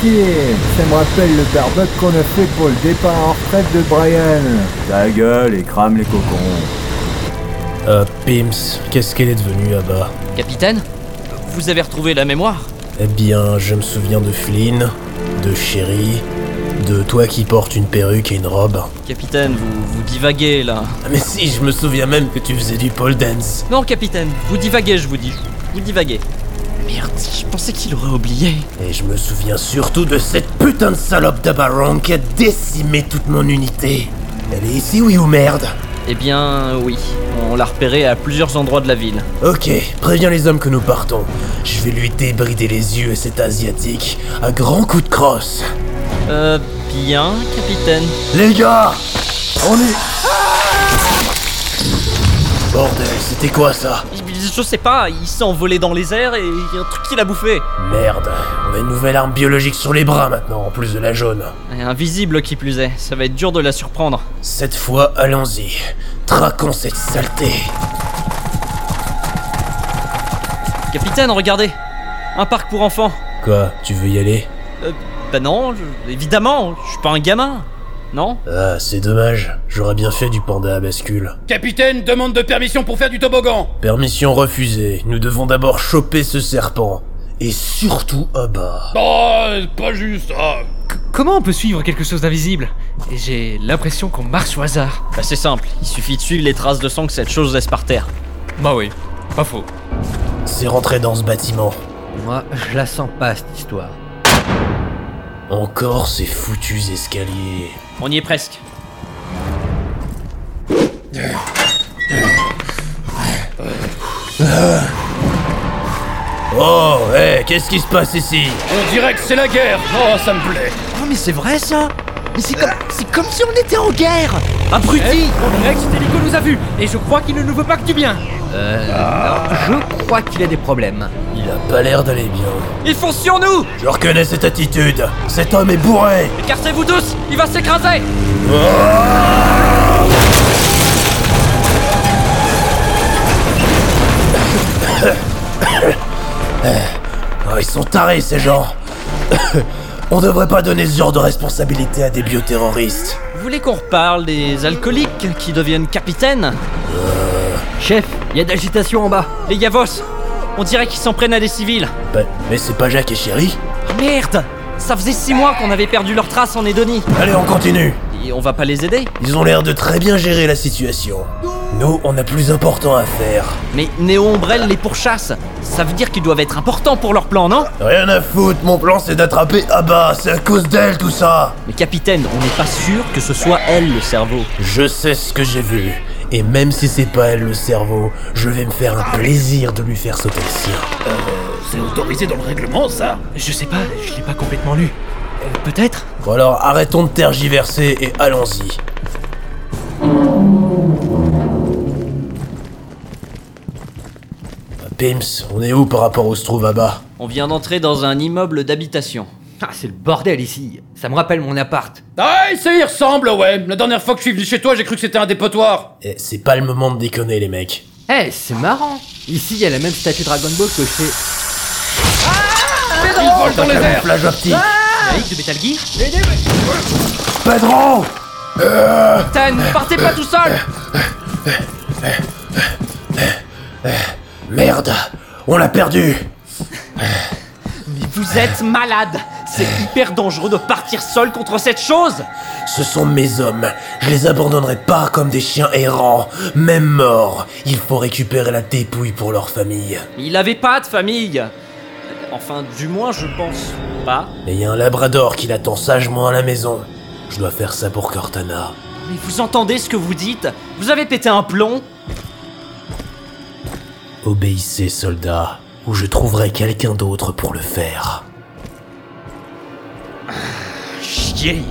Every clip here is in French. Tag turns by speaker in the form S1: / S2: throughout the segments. S1: chier. Ça me rappelle le barbecue qu'on a fait pour le départ en retraite de Brian. Ta gueule et crame les cocons.
S2: Euh, Pims, qu'est-ce qu'elle est devenue là-bas
S3: Capitaine Vous avez retrouvé la mémoire
S2: Eh bien, je me souviens de Flynn, de Sherry, de toi qui portes une perruque et une robe.
S3: Capitaine, vous, vous divaguez là.
S2: Ah, mais si, je me souviens même que tu faisais du pole dance.
S3: Non, capitaine, vous divaguez, je vous dis. Vous divaguez. Merde, je pensais qu'il aurait oublié.
S2: Et je me souviens surtout de cette putain de salope d'Abaron qui a décimé toute mon unité. Elle est ici, oui ou merde
S3: Eh bien, oui. On l'a repéré à plusieurs endroits de la ville.
S2: Ok, préviens les hommes que nous partons. Je vais lui débrider les yeux, cet asiatique, à grands coups de crosse.
S3: Euh, bien, capitaine.
S2: Les gars On est... Bordel, c'était quoi ça
S3: Je je sais pas, il s'est envolé dans les airs et il y a un truc qui l'a bouffé.
S2: Merde, on a une nouvelle arme biologique sur les bras maintenant, en plus de la jaune.
S3: Et invisible qui plus est, ça va être dur de la surprendre.
S2: Cette fois, allons-y. Traquons cette saleté.
S3: Capitaine, regardez Un parc pour enfants
S2: Quoi, tu veux y aller
S3: euh, Bah non, je- évidemment, je suis pas un gamin. Non
S2: Ah, c'est dommage. J'aurais bien fait du panda à bascule.
S4: Capitaine, demande de permission pour faire du toboggan
S2: Permission refusée. Nous devons d'abord choper ce serpent. Et surtout ah bah, à bas.
S4: Oh, c'est pas juste ah.
S5: C- comment on peut suivre quelque chose d'invisible Et j'ai l'impression qu'on marche au hasard.
S3: Bah c'est simple, il suffit de suivre les traces de sang que cette chose laisse par terre.
S5: Bah oui, pas faux.
S2: C'est rentré dans ce bâtiment.
S6: Moi, je la sens pas, cette histoire.
S2: Encore ces foutus escaliers.
S3: On y est presque.
S2: Oh, hé, qu'est-ce qui se passe ici
S4: On dirait que c'est la guerre Oh, ça me plaît
S3: Oh mais c'est vrai ça Mais c'est comme, c'est comme si on était en guerre Abruti
S5: On dirait que cet hélico nous a vus, et je crois qu'il ne nous veut pas que du bien.
S6: Euh, non, je crois qu'il a des problèmes.
S2: Il a pas l'air d'aller bien.
S3: Ils foncent sur nous
S2: Je reconnais cette attitude. Cet homme est bourré.
S3: Écartez-vous tous Il va s'écraser
S2: Oh, ils sont tarés, ces gens. On devrait pas donner ce genre de responsabilité à des bioterroristes.
S3: Vous voulez qu'on reparle des alcooliques qui deviennent capitaines Euh.
S6: Chef, il y a de l'agitation en bas.
S3: Les Yavos On dirait qu'ils s'en prennent à des civils
S2: Bah, mais c'est pas Jacques et Chéri.
S3: Ah, Merde Ça faisait six mois qu'on avait perdu leur trace en Edonie
S2: Allez, on continue.
S3: Et on va pas les aider
S2: Ils ont l'air de très bien gérer la situation. Nous, on a plus important à faire.
S3: Mais Néo Ombrelle les pourchasse Ça veut dire qu'ils doivent être importants pour leur plan, non
S2: Rien à foutre, mon plan c'est d'attraper Abba, c'est à cause d'elle tout ça
S3: Mais capitaine, on n'est pas sûr que ce soit elle le cerveau.
S2: Je sais ce que j'ai vu, et même si c'est pas elle le cerveau, je vais me faire un plaisir de lui faire sauter le sien.
S4: C'est autorisé dans le règlement, ça
S5: Je sais pas, je l'ai pas complètement lu. Euh, Peut-être
S2: Bon alors, arrêtons de tergiverser et allons-y. Ah, Pims, on est où par rapport où se trouve Abba
S3: On vient d'entrer dans un immeuble d'habitation.
S6: Ah, c'est le bordel ici. Ça me rappelle mon appart.
S4: Ah, ça y ressemble, ouais La dernière fois que je suis venu chez toi, j'ai cru que c'était un dépotoir
S2: Eh, c'est pas le moment de déconner les mecs.
S6: Eh, c'est marrant. Ici, il y a la même statue Dragon Ball que chez.
S4: Il vole dans les airs
S2: Camouflage optique
S3: Laïc de Metal Gear
S2: Pedro
S3: Capitaine, ne partez pas tout seul
S2: Merde On l'a perdu
S3: Mais vous êtes malade C'est hyper dangereux de partir seul contre cette chose
S2: Ce sont mes hommes. Je les abandonnerai pas comme des chiens errants, même morts. Il faut récupérer la dépouille pour leur famille.
S3: Il avait pas de famille Enfin, du moins, je pense pas.
S2: Mais y a un labrador qui l'attend sagement à la maison. Je dois faire ça pour Cortana.
S3: Mais vous entendez ce que vous dites Vous avez pété un plomb
S2: Obéissez, soldats, ou je trouverai quelqu'un d'autre pour le faire.
S3: Chier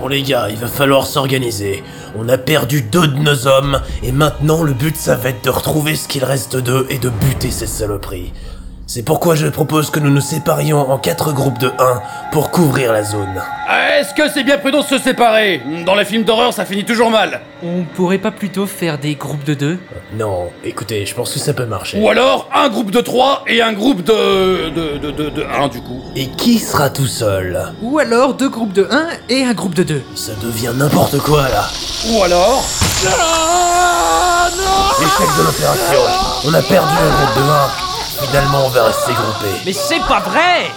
S2: Bon les gars, il va falloir s'organiser. On a perdu deux de nos hommes, et maintenant le but ça va être de retrouver ce qu'il reste d'eux et de buter ces saloperies. C'est pourquoi je propose que nous nous séparions en quatre groupes de 1 pour couvrir la zone.
S4: Ah, Est-ce que c'est bien prudent de se séparer Dans les films d'horreur, ça finit toujours mal.
S5: On pourrait pas plutôt faire des groupes de deux
S2: Non, écoutez, je pense que ça peut marcher.
S4: Ou alors, un groupe de trois et un groupe de... de... de... de... de... un, du coup.
S2: Et qui sera tout seul
S6: Ou alors deux groupes de 1 et un groupe de 2.
S2: Ça devient n'importe quoi là
S4: Ou alors...
S2: Échec de l'opération On a perdu le groupe de 1 Finalement, on va rester groupés.
S7: Mais c'est pas vrai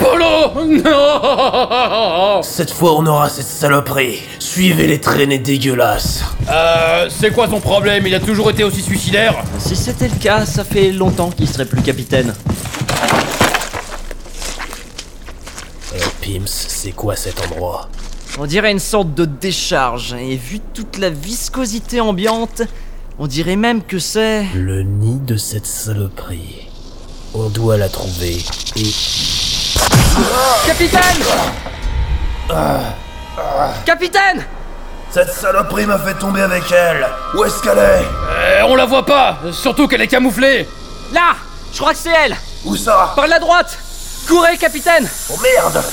S4: Polo Non
S2: Cette fois, on aura cette saloperie Suivez les traînées dégueulasses
S4: Euh... C'est quoi son problème Il a toujours été aussi suicidaire
S3: Si c'était le cas, ça fait longtemps qu'il serait plus capitaine.
S2: Euh, Pims, c'est quoi cet endroit
S3: On dirait une sorte de décharge, et vu toute la viscosité ambiante, on dirait même que c'est...
S2: Le nid de cette saloperie. On doit la trouver et
S7: Capitaine Capitaine
S2: Cette saloperie m'a fait tomber avec elle Où est-ce qu'elle est
S4: Euh, On la voit pas Surtout qu'elle est camouflée
S7: Là Je crois que c'est elle
S2: Où ça
S7: Par la droite Courez, capitaine
S2: Oh merde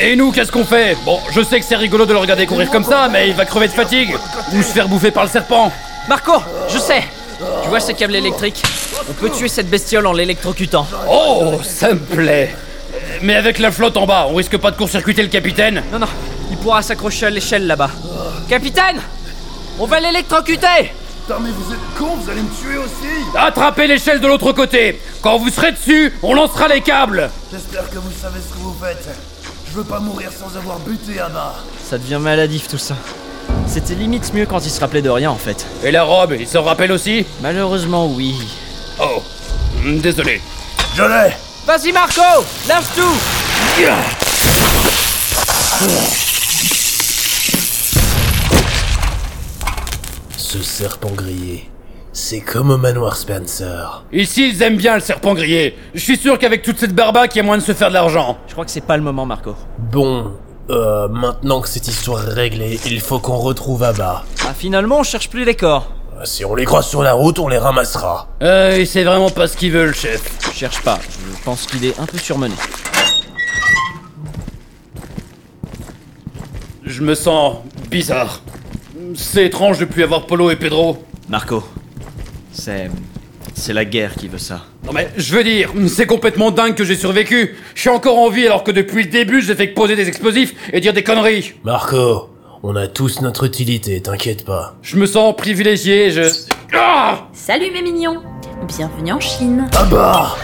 S4: Et nous, qu'est-ce qu'on fait Bon, je sais que c'est rigolo de le regarder courir comme ça, mais il va crever de fatigue Ou se faire bouffer par le serpent
S7: Marco, je sais Tu vois ce câble électrique On peut tuer cette bestiole en l'électrocutant.
S4: Oh, ça me plaît Mais avec la flotte en bas, on risque pas de court-circuiter le capitaine
S7: Non, non, il pourra s'accrocher à l'échelle là-bas. Capitaine On va l'électrocuter
S4: Attrapez l'échelle de l'autre côté Quand vous serez dessus, on lancera les câbles
S3: Ça devient maladif tout ça. C'était limite mieux quand il se rappelait de rien en fait.
S4: Et la robe, il s'en rappelle aussi
S3: Malheureusement oui.
S4: Oh, mm, désolé.
S2: Je l'ai
S7: Vas-y Marco Lâche tout
S2: Ce serpent grillé, c'est comme au manoir Spencer.
S4: Ici, ils aiment bien le serpent grillé. Je suis sûr qu'avec toute cette barbaque, il y a moyen de se faire de l'argent.
S3: Je crois que c'est pas le moment Marco.
S2: Bon, euh, maintenant que cette histoire est réglée, il faut qu'on retrouve Abba. Euh,
S3: Ah finalement on cherche plus les corps.
S2: Si on les croise sur la route, on les ramassera.
S4: Euh, il sait vraiment pas ce qu'il veut, le chef.
S3: Je cherche pas, je pense qu'il est un peu surmené.
S4: Je me sens bizarre. C'est étrange de plus avoir Polo et Pedro.
S3: Marco, c'est... c'est la guerre qui veut ça.
S4: Non mais, je veux dire, c'est complètement dingue que j'ai survécu. Je suis encore en vie alors que depuis le début, j'ai fait que poser des explosifs et dire des conneries.
S2: Marco, on a tous notre utilité, t'inquiète pas.
S4: Je me sens privilégié, je... Ah
S8: Salut mes mignons Bienvenue en Chine
S2: Abba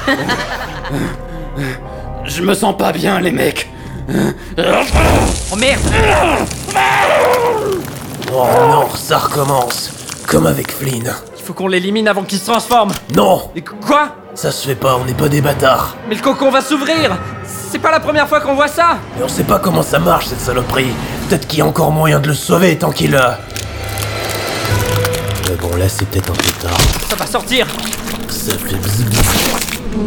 S4: Je me sens pas bien, les mecs.
S7: Oh merde
S2: Oh non, ça recommence Comme avec Flynn.
S7: Il faut qu'on l'élimine avant qu'il se transforme
S2: Non
S7: Et qu- quoi
S2: Ça se fait pas, on n'est pas des bâtards
S7: Mais le cocon va s'ouvrir C'est pas la première fois qu'on voit ça
S2: Et on sait pas comment ça marche cette saloperie. Peut-être qu'il y a encore moyen de le sauver tant qu'il a. Mais bon, là c'est peut-être un peu tard.
S7: Ça va sortir
S2: Ça fait bzz, bzz.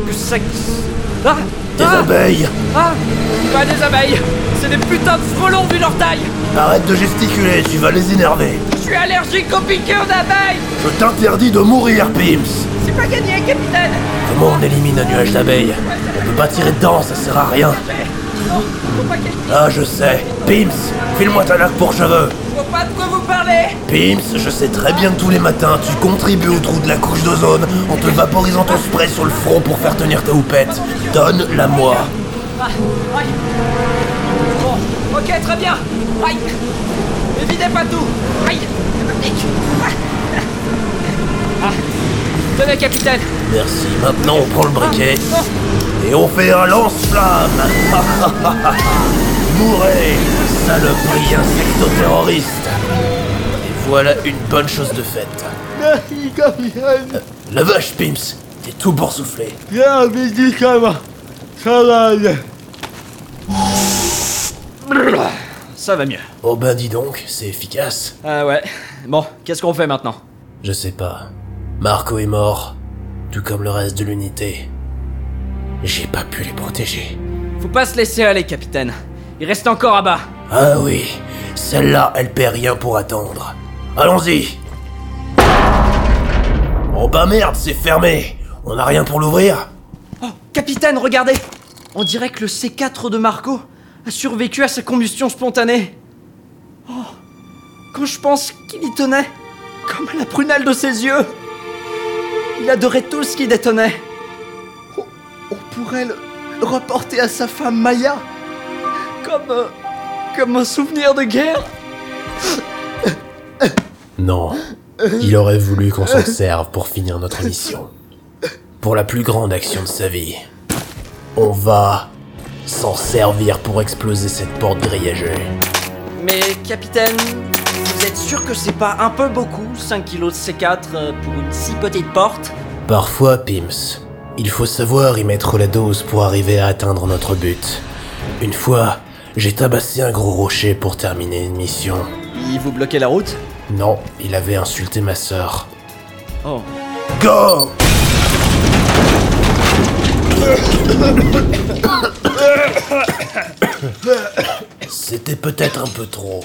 S7: Que ça... Ah
S2: Des
S7: Ah
S2: abeilles
S7: Ah Pas des abeilles C'est des putains de frelons vu leur taille
S2: Arrête de gesticuler, tu vas les énerver.
S7: Je suis allergique aux piqûres d'abeilles
S2: Je t'interdis de mourir, Pims
S7: C'est pas gagné, capitaine
S2: Comment on élimine un nuage d'abeilles On peut pas tirer dedans, ça sert à rien.
S7: Faut pas qu'elle-
S2: Ah, je sais. Pims, file-moi ta laque pour cheveux.
S7: Je vois pas de quoi vous parlez
S2: Pims, je sais très bien que tous les matins, tu contribues au trou de la couche d'ozone en te vaporisant ton spray sur le front pour faire tenir ta houppette. Donne-la-moi.
S7: Ah, aïe. Bon, ok, très bien. Aïe. Ne videz pas tout. Aïe. Ça me pique. Ah. Ah. Tenez, capitaine.
S2: Merci. Maintenant, on prend le briquet et on fait un lance-flamme. Mourez, saloperie insecto-terroriste. Et voilà une bonne chose de faite. La vache, Pimps, t'es tout boursouflé.
S3: Ça va mieux.
S2: Oh ben dis donc, c'est efficace.
S3: Ah ouais. Bon, qu'est-ce qu'on fait maintenant
S2: Je sais pas. Marco est mort, tout comme le reste de l'unité. J'ai pas pu les protéger.
S7: Faut pas se laisser aller, capitaine. Il reste encore à bas.
S2: Ah oui, celle-là, elle perd rien pour attendre. Allons-y Oh bah merde, c'est fermé On n'a rien pour l'ouvrir
S3: Oh, capitaine, regardez On dirait que le C4 de Marco a survécu à sa combustion spontanée. Oh, quand je pense qu'il y tenait, comme à la prunelle de ses yeux, il adorait tout ce qui détonnait. On, on pourrait le, le reporter à sa femme Maya, comme, euh, comme un souvenir de guerre.
S2: Non. Il aurait voulu qu'on s'en serve pour finir notre mission. Pour la plus grande action de sa vie. On va s'en servir pour exploser cette porte grillagée.
S3: Mais capitaine, vous êtes sûr que c'est pas un peu beaucoup, 5 kilos de C4 euh, pour une si petite porte
S2: Parfois, Pims, il faut savoir y mettre la dose pour arriver à atteindre notre but. Une fois, j'ai tabassé un gros rocher pour terminer une mission.
S3: Il vous bloquait la route
S2: Non, il avait insulté ma sœur.
S3: Oh.
S2: Go C'était peut-être un peu trop.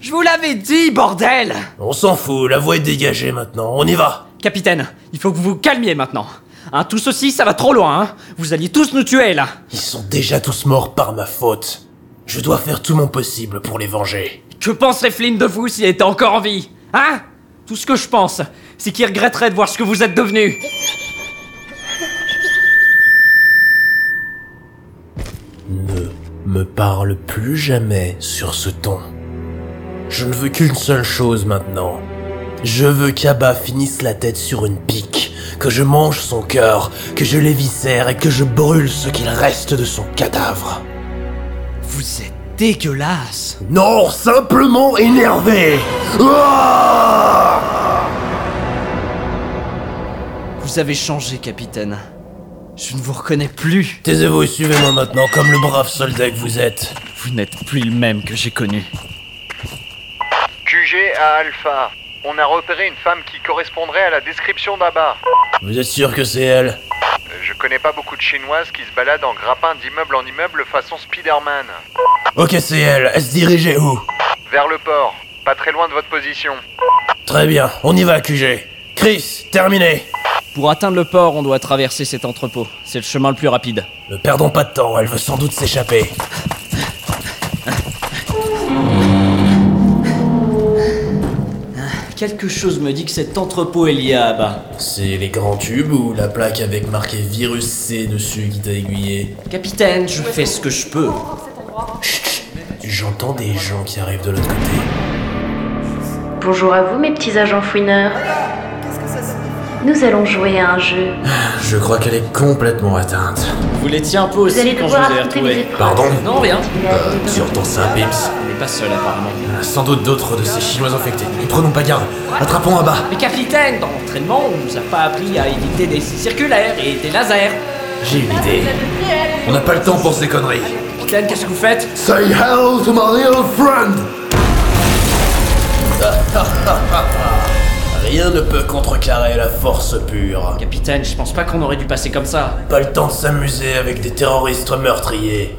S3: Je vous l'avais dit, bordel
S2: On s'en fout, la voie est dégagée maintenant, on y va
S3: Capitaine, il faut que vous vous calmiez maintenant. Hein, tout ceci, ça va trop loin, hein Vous alliez tous nous tuer, là
S2: Ils sont déjà tous morts par ma faute. Je dois faire tout mon possible pour les venger.
S3: Que penserait Flynn de vous s'il était encore en vie Hein Tout ce que je pense, c'est qu'il regretterait de voir ce que vous êtes devenu.
S2: Ne me parle plus jamais sur ce ton. Je ne veux qu'une seule chose maintenant. Je veux qu'Abba finisse la tête sur une pique, que je mange son cœur, que je l'éviscère et que je brûle ce qu'il reste de son cadavre.
S3: Vous êtes dégueulasse.
S2: Non, simplement énervé. Ah
S3: Vous avez changé, capitaine. Je ne vous reconnais plus.
S2: Taisez-vous et suivez-moi maintenant comme le brave soldat que vous êtes.
S3: Vous n'êtes plus le même que j'ai connu.
S9: QG à Alpha. On a repéré une femme qui correspondrait à la description d'Abba.
S2: Vous êtes sûr que c'est elle
S9: Euh, Je connais pas beaucoup de chinoises qui se baladent en grappin d'immeuble en immeuble façon Spider-Man.
S2: Ok, c'est elle. Elle se dirigeait où
S9: Vers le port, pas très loin de votre position.
S2: Très bien, on y va, QG. Chris, terminé.
S3: Pour atteindre le port, on doit traverser cet entrepôt. C'est le chemin le plus rapide.
S2: Ne perdons pas de temps, elle veut sans doute s'échapper.
S3: Quelque chose me dit que cet entrepôt est lié à Abba.
S2: C'est les grands tubes ou la plaque avec marqué virus C dessus qui t'a aiguillé
S3: Capitaine, je fais ce que je peux.
S2: J'entends des gens qui arrivent de l'autre côté.
S8: Bonjour à vous mes petits agents fouineurs. Nous allons jouer à un jeu.
S2: Je crois qu'elle est complètement atteinte.
S3: Vous l'étiez un peu aussi
S8: Vous allez
S3: quand je
S8: devoir
S3: vous ai
S8: affronter les
S3: retrouvé.
S8: épreuves.
S2: Pardon
S3: Non, rien.
S2: Euh, tu entends ça, Pips Euh,
S3: On n'est pas seul apparemment.
S2: Sans doute d'autres de ces Chinois infectés. Ne prenons pas garde. Attrapons à bas.
S3: Mais capitaine, dans l'entraînement, on nous a pas appris à éviter des circulaires et des lasers.
S2: J'ai une idée. On n'a pas le temps pour ces conneries.
S3: Capitaine, qu'est-ce que vous faites
S2: Say hello to my little friend Rien ne peut contrecarrer la force pure.
S3: Capitaine, je pense pas qu'on aurait dû passer comme ça.
S2: Pas le temps de s'amuser avec des terroristes meurtriers.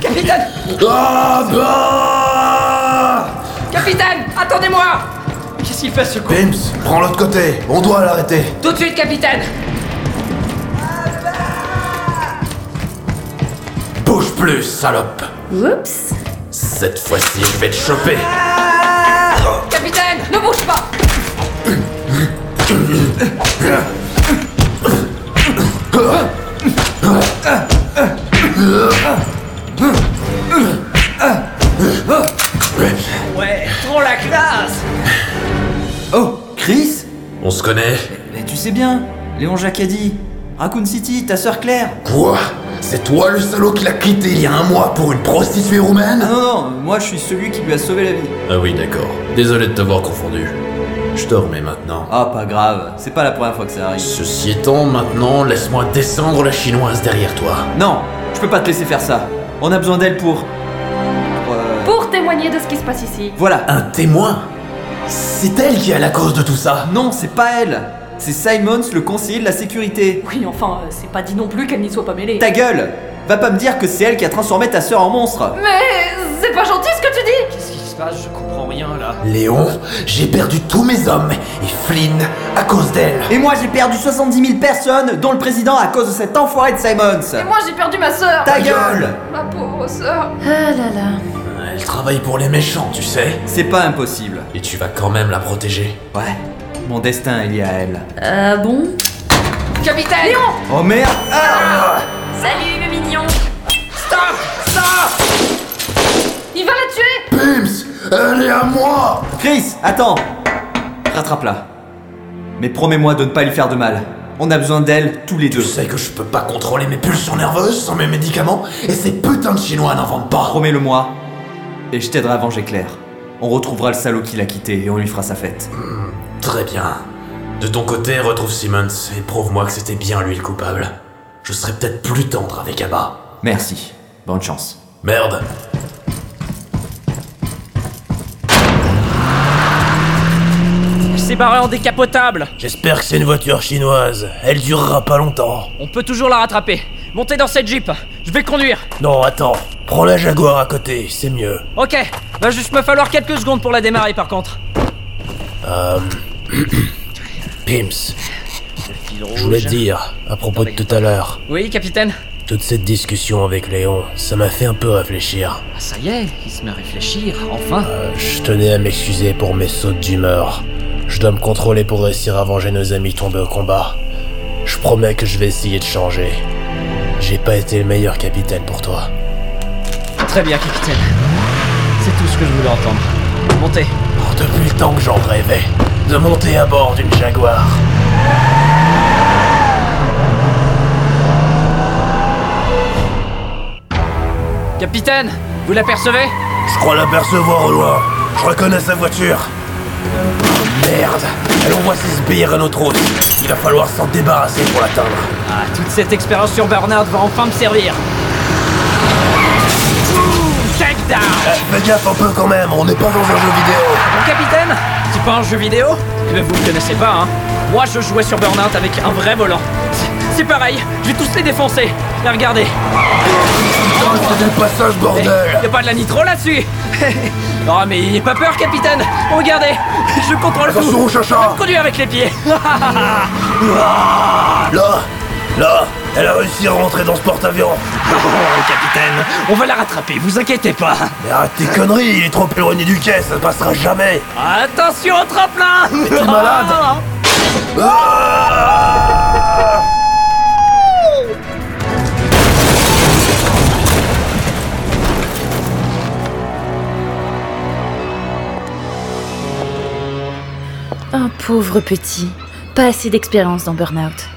S7: Capitaine
S2: Ah bah
S7: Capitaine Attendez-moi
S3: Qu'est-ce qu'il fait ce con
S2: Pims, prends l'autre côté, on doit l'arrêter.
S7: Tout de suite, capitaine
S2: Bouge plus, salope.
S8: Oups
S2: Cette fois-ci, je vais te choper.
S7: Capitaine Ne bouge pas
S3: Ouais, prends la classe
S10: Oh, Chris
S2: On se connaît
S10: Mais tu sais bien, Léon Jacques a dit Raccoon City, ta sœur Claire
S2: Quoi C'est toi le salaud qui l'a quitté il y a un mois pour une prostituée roumaine
S10: Ah non, non, moi je suis celui qui lui a sauvé la vie.
S2: Ah oui, d'accord. Désolé de t'avoir confondu. Je te remets maintenant.
S10: Ah, pas grave, c'est pas la première fois que ça arrive.
S2: Ceci étant, maintenant, laisse-moi descendre la chinoise derrière toi.
S10: Non, je peux pas te laisser faire ça. On a besoin d'elle pour. euh,
S8: Pour témoigner de ce qui se passe ici.
S10: Voilà.
S2: Un témoin C'est elle qui est à la cause de tout ça
S10: Non, c'est pas elle C'est Simons, le conseiller de la sécurité.
S8: Oui, enfin, euh, c'est pas dit non plus qu'elle n'y soit pas mêlée.
S10: Ta gueule Va pas me dire que c'est elle qui a transformé ta sœur en monstre
S8: Mais c'est pas gentil ce que tu dis
S3: Qu'est-ce qui se passe Je comprends rien là.
S2: Léon, j'ai perdu tous mes hommes et Flynn à cause d'elle.
S10: Et moi j'ai perdu 70 000 personnes, dont le président à cause de cet enfoiré de Simons.
S11: Et moi j'ai perdu ma sœur
S10: Ta gueule
S11: Ma pauvre sœur
S8: Ah là là.
S2: Elle travaille pour les méchants, tu sais.
S10: C'est pas impossible.
S2: Et tu vas quand même la protéger.
S10: Ouais, mon destin est lié à elle.
S8: Euh, bon
S11: Capitaine Léon
S10: Oh merde Ah
S8: Salut, le mignon
S3: Stop Stop
S11: Il va la tuer
S2: Pims, elle est à moi
S10: Chris, attends Rattrape-la. Mais promets-moi de ne pas lui faire de mal. On a besoin d'elle tous les deux.
S2: Tu sais que je peux pas contrôler mes pulsions nerveuses sans mes médicaments, et ces putains de Chinois n'en vendent pas.
S10: Promets-le-moi, et je t'aiderai à venger Claire. On retrouvera le salaud qui l'a quitté et on lui fera sa fête.
S2: Très bien. De ton côté, retrouve Simmons et prouve-moi que c'était bien lui le coupable. Je serais peut-être plus tendre avec Abba.
S10: Merci. Bonne chance.
S2: Merde.
S3: C'est barré en décapotable
S2: J'espère que c'est une voiture chinoise. Elle durera pas longtemps.
S3: On peut toujours la rattraper. Montez dans cette jeep Je vais conduire
S2: Non, attends. Prends la Jaguar à côté, c'est mieux.
S3: Ok, va juste me falloir quelques secondes pour la démarrer par contre.
S2: Pims,
S3: Fil
S2: je voulais te
S3: rouge.
S2: dire, à propos de tout à l'heure,
S3: Oui, capitaine
S2: toute cette discussion avec Léon, ça m'a fait un peu réfléchir.
S3: Ah, ça y est, il se met à réfléchir, enfin
S2: Euh, je tenais à m'excuser pour mes sautes d'humeur. Je dois me contrôler pour réussir à venger nos amis tombés au combat. Je promets que je vais essayer de changer. J'ai pas été le meilleur capitaine pour toi.
S3: Très bien, capitaine. C'est tout ce que je voulais entendre. Montez.
S2: Oh, depuis le temps que j'en rêvais, de monter à bord d'une Jaguar.
S3: Capitaine, vous l'apercevez
S2: Je crois l'apercevoir au loin. Oh, Je reconnais sa voiture. Merde, elle envoie ses sbires à notre hôte. Il va falloir s'en débarrasser pour l'atteindre.
S3: Ah, toute cette expérience sur Bernard va enfin me servir. Ouh, Takedown
S2: Eh, fais gaffe un peu quand même, on n'est pas dans un jeu vidéo.
S3: Euh, Mon capitaine C'est pas un jeu vidéo Eh ben, vous me connaissez pas, hein Moi, je jouais sur Burnout avec un vrai volant. C'est- C'est pareil, je vais tous les défoncer. Et regardez,
S2: C'est le passage,
S3: Eh,
S2: bordel.
S3: y a pas de la nitro là-dessus Oh mais ayez pas peur capitaine Regardez Je contrôle tout
S2: Attention, chacha
S3: Je conduis avec les pieds
S2: Là, là, elle a réussi à rentrer dans ce porte-avions.
S3: Oh, Capitaine, on va la rattraper, vous inquiétez pas
S2: Mais arrête tes conneries, il est trop éloigné du quai, ça ne passera jamais.
S3: Attention au tremplin Oh.
S2: t'es malade
S8: Oh, Un pauvre petit. Pas assez d'expérience dans Burnout.